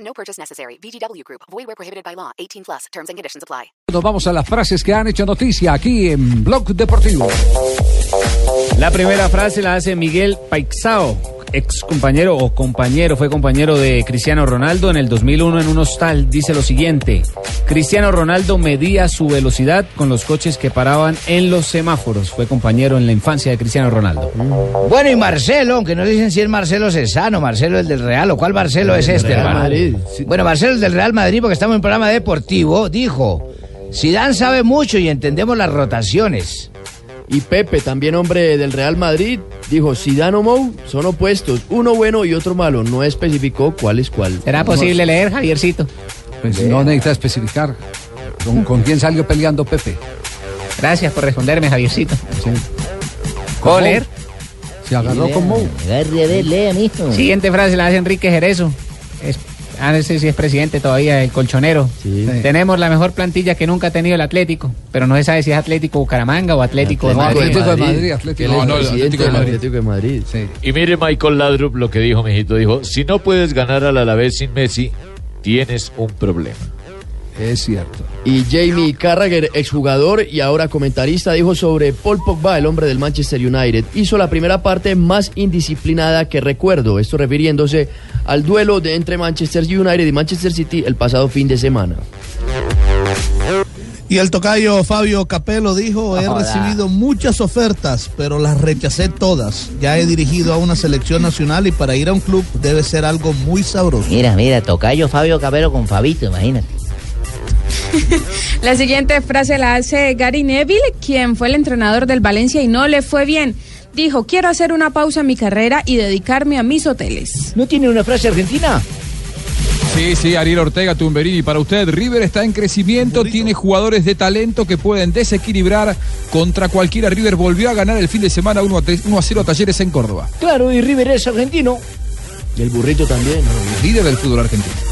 No purchase necessary. VGW Group. Void where prohibited by law. 18 plus. Terms and conditions apply. Nos vamos a las frases que han hecho noticia aquí en Blog Deportivo. La primera frase la hace Miguel Paixao, ex compañero o compañero, fue compañero de Cristiano Ronaldo en el 2001 en un hostal. Dice lo siguiente: Cristiano Ronaldo medía su velocidad con los coches que paraban en los semáforos. Fue compañero en la infancia de Cristiano Ronaldo. Bueno, y Marcelo, aunque no dicen si es Marcelo Cesano, Marcelo el del Real, o cuál Marcelo es este, hermano. Bueno, Marcelo el del Real Madrid, porque estamos en un programa deportivo, dijo: Zidane sabe mucho y entendemos las rotaciones. Y Pepe, también hombre del Real Madrid, dijo, Zidane o Mou son opuestos, uno bueno y otro malo. No especificó cuál es cuál. ¿Será pues, posible leer, Javiercito? Pues no necesita especificar con, con quién salió peleando Pepe. Gracias por responderme, Javiercito. Con ¿Puedo Mou. leer? Se agarró con Mou. Siguiente frase la hace Enrique Jerezo. Es, ah, no sé si es presidente todavía, el colchonero. Sí. Sí. Tenemos la mejor plantilla que nunca ha tenido el Atlético, pero no se sabe si es Atlético Bucaramanga o Atlético, No, de Madrid. Atlético de Pues Madrid, Atlético. Él No, es no, el presidente Atlético de del Madrid. Atlético de Madrid. Sí. Y mire Michael Ladrup lo que dijo, mijito. Dijo, si no puedes ganar al Alavés sin Messi, tienes un problema. Es cierto. Y Jamie Carragher, exjugador y ahora comentarista, dijo sobre Paul Pogba, el hombre del Manchester United. Hizo la primera parte más indisciplinada que recuerdo, esto refiriéndose al duelo de entre Manchester United y Manchester City el pasado fin de semana. Y el tocayo Fabio Capello dijo, he Hola. recibido muchas ofertas, pero las rechacé todas. Ya he dirigido a una selección nacional y para ir a un club debe ser algo muy sabroso. Mira, mira, tocayo Fabio Cabello con Fabito, imagínate. La siguiente frase la hace Gary Neville, quien fue el entrenador del Valencia y no le fue bien. Dijo, quiero hacer una pausa en mi carrera y dedicarme a mis hoteles. ¿No tiene una frase argentina? Sí, sí, Ariel Ortega, Tumberini, para usted River está en crecimiento, tiene jugadores de talento que pueden desequilibrar contra cualquiera. River volvió a ganar el fin de semana 1 a, 3 1 a 0 a Talleres en Córdoba, Claro, y River es argentino. Y el burrito también. ¿no? líder del fútbol argentino.